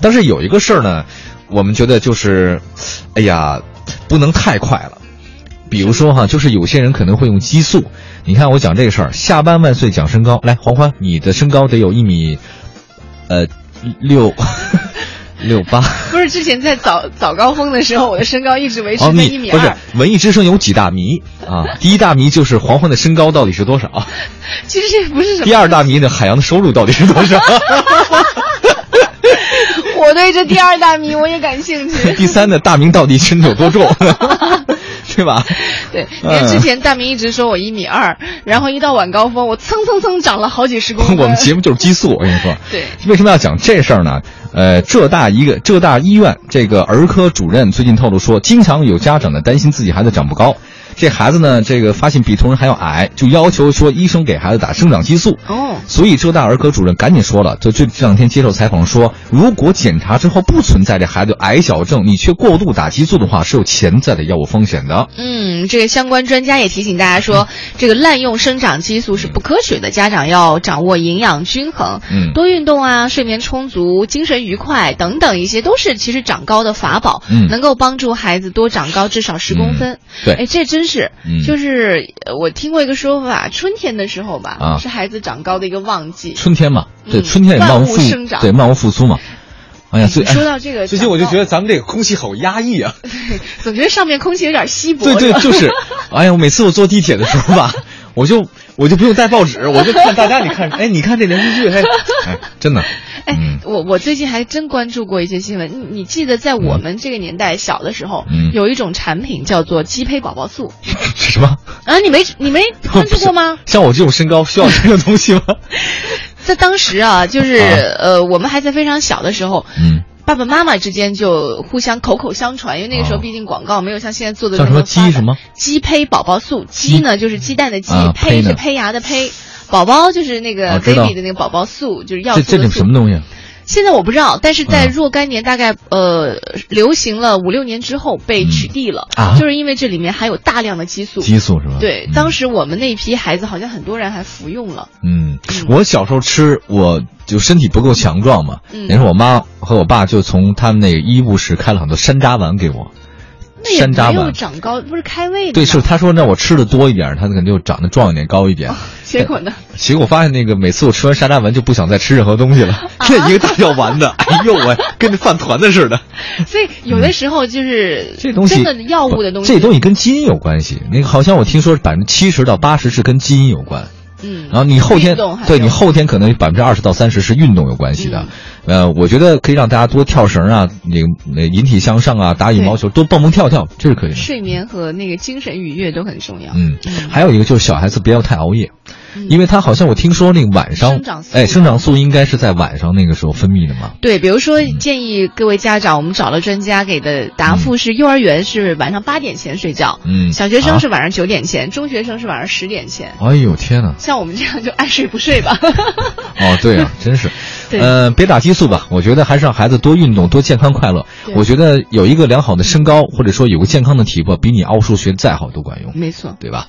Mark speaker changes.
Speaker 1: 但是有一个事儿呢，我们觉得就是，哎呀，不能太快了。比如说哈，就是有些人可能会用激素。你看我讲这个事儿，下班万岁讲身高。来，黄欢，你的身高得有一米，呃，六 六 八。
Speaker 2: 不是之前在早早高峰的时候，我的身高一直维持
Speaker 1: 哦，
Speaker 2: 在
Speaker 1: 你
Speaker 2: 一米
Speaker 1: 不是
Speaker 2: 二。
Speaker 1: 文艺之声有几大迷啊？第一大迷就是黄欢的身高到底是多少？
Speaker 2: 其实这不是什
Speaker 1: 第
Speaker 2: 么，
Speaker 1: 二大迷呢，海洋的收入到底是多少？
Speaker 2: 我对这第二大迷我也感兴 趣。
Speaker 1: 第三呢，大明到底身体有多重？ 对吧？
Speaker 2: 对，
Speaker 1: 嗯
Speaker 2: 你看之前大明一直说我一米二，然后一到晚高峰，我蹭蹭蹭长了好几十公 分。
Speaker 1: 我们节目就是激素，我跟你说。
Speaker 2: 对
Speaker 1: 为什么要讲这事儿呢？呃，浙大一个浙大医院这个儿科主任最近透露说，经常有家长呢担心自己孩子长不高，这孩子呢这个发现比同人还要矮，就要求说医生给孩子打生长激素。
Speaker 2: 哦，
Speaker 1: 所以浙大儿科主任赶紧说了，就这这两天接受采访说，如果检查之后不存在这孩子有矮小症，你却过度打激素的话，是有潜在的药物风险的。
Speaker 2: 嗯，这个相关专家也提醒大家说，这个滥用生长激素是不科学的，家长要掌握营养均衡，
Speaker 1: 嗯
Speaker 2: 多运动啊，睡眠充足，精神愉快等等一些都是其实长高的法宝，
Speaker 1: 嗯
Speaker 2: 能够帮助孩子多长高至少十公分。
Speaker 1: 对
Speaker 2: 哎，这真是，
Speaker 1: 嗯
Speaker 2: 就是呃我听过一个说法，春天的时候吧，
Speaker 1: 啊
Speaker 2: 是孩子长高的一个旺季。
Speaker 1: 春天嘛，对，
Speaker 2: 嗯
Speaker 1: 春天也
Speaker 2: 万
Speaker 1: 漫
Speaker 2: 物
Speaker 1: 复
Speaker 2: 生长
Speaker 1: 对漫无复苏嘛。哎 呀，最
Speaker 2: 你说到这个，
Speaker 1: 最近我就觉得，咱们这个空气好压抑 啊！
Speaker 2: 总觉得上面空气有点稀薄。
Speaker 1: 对对
Speaker 2: 是，吧
Speaker 1: 就是，哎呀，我每次我坐地铁的时候吧，我就我就不用带报纸，我就看大家，你看，哎，你看这连续剧， 哎，哎真的，
Speaker 2: 哎
Speaker 1: 嗯，
Speaker 2: 我我最近还真关注过一些新闻。你你记得在我们这个年代小的时候，
Speaker 1: 嗯
Speaker 2: 有一种产品叫做鸡胚宝宝素
Speaker 1: 什么？？
Speaker 2: 啊，你没你没关注过吗
Speaker 1: 像 我这种身高需要这个东 西吗？
Speaker 2: 在当时啊，就是、
Speaker 1: 啊
Speaker 2: 呃，我们还在非常小的时候。
Speaker 1: 嗯，
Speaker 2: 爸爸妈妈之间就互相口口相传，因为那个时候
Speaker 1: 哦
Speaker 2: 毕竟广告没有像现在做的
Speaker 1: 叫
Speaker 2: 那
Speaker 1: 什么
Speaker 2: 发达
Speaker 1: 鸡什么
Speaker 2: 鸡胚宝宝素，鸡呢就是鸡蛋的鸡
Speaker 1: 啊，胚
Speaker 2: 胚
Speaker 1: 呢
Speaker 2: 是胚芽的胚，宝宝就是那
Speaker 1: 啊
Speaker 2: 个
Speaker 1: 知道
Speaker 2: baby 的那个宝宝素，就是要素
Speaker 1: 这这
Speaker 2: 的
Speaker 1: 里
Speaker 2: 素
Speaker 1: 什么东西？啊
Speaker 2: 现在我不知道，但是在
Speaker 1: 嗯
Speaker 2: 若干年，大概、呃流行了五六年之后被取缔了，
Speaker 1: 嗯啊
Speaker 2: 就是因为这里面含有大量的激素。
Speaker 1: 激素是吧？
Speaker 2: 对，
Speaker 1: 嗯
Speaker 2: 当时我们那一批孩子好像很多人还服用了。
Speaker 1: 嗯，我小时候吃，我就身体不够强壮嘛。
Speaker 2: 嗯
Speaker 1: 那时候我妈和我爸就从他们那个医务室开了很多山楂丸给我，
Speaker 2: 那也
Speaker 1: 山楂
Speaker 2: 没有
Speaker 1: 丸。
Speaker 2: 长高，不是开胃的。
Speaker 1: 对，是。他说让我吃的多一点，他可能就长得壮一点、高一点。
Speaker 2: 结果 呢？
Speaker 1: 结果发现那个每次我吃完山楂丸就不想再吃任何东西了，
Speaker 2: 啊
Speaker 1: 那一个大药丸 的，哎呦喂，跟那饭团子似的。
Speaker 2: 所以有的时候就是
Speaker 1: 嗯这东西
Speaker 2: 真的药物的东西，
Speaker 1: 这东西跟基因有关系。那个好像我听说百分之七十到八十是跟基因有关。
Speaker 2: 嗯，
Speaker 1: 然后你后天
Speaker 2: 运动还
Speaker 1: 对
Speaker 2: 有嗯
Speaker 1: 你后天可能百分之二十到三十是运动有关系的，呃，我觉得可以让大家多跳绳啊，那个那引体向上啊，打羽毛球，多蹦蹦跳跳，这是可以的。
Speaker 2: 睡眠和那个精神愉悦都很重要。
Speaker 1: 嗯，还有一个就是小孩子不要太熬夜，
Speaker 2: 嗯
Speaker 1: 因为他好像我听说那个晚上
Speaker 2: 生长，素
Speaker 1: 哎，生长素应该是在晚上那个时候分泌的嘛。
Speaker 2: 对，比如说建议各位家长，我们找了专家给的答复是：幼儿园是晚上八点前睡觉，
Speaker 1: 嗯
Speaker 2: 小
Speaker 1: 啊
Speaker 2: 学生是晚上九点前，中学生是晚上十点前。
Speaker 1: 哎呦天哪！
Speaker 2: 像我们这样就爱睡不睡吧。
Speaker 1: 哦，对啊，真是，
Speaker 2: 对
Speaker 1: 呃，别打激素吧，我觉得还是让孩子多运动，多健康快乐。
Speaker 2: 对
Speaker 1: 我觉得有一个良好的身高，或者说有个健康的体魄，比你奥数学得再好都管用，
Speaker 2: 没错。
Speaker 1: 对吧？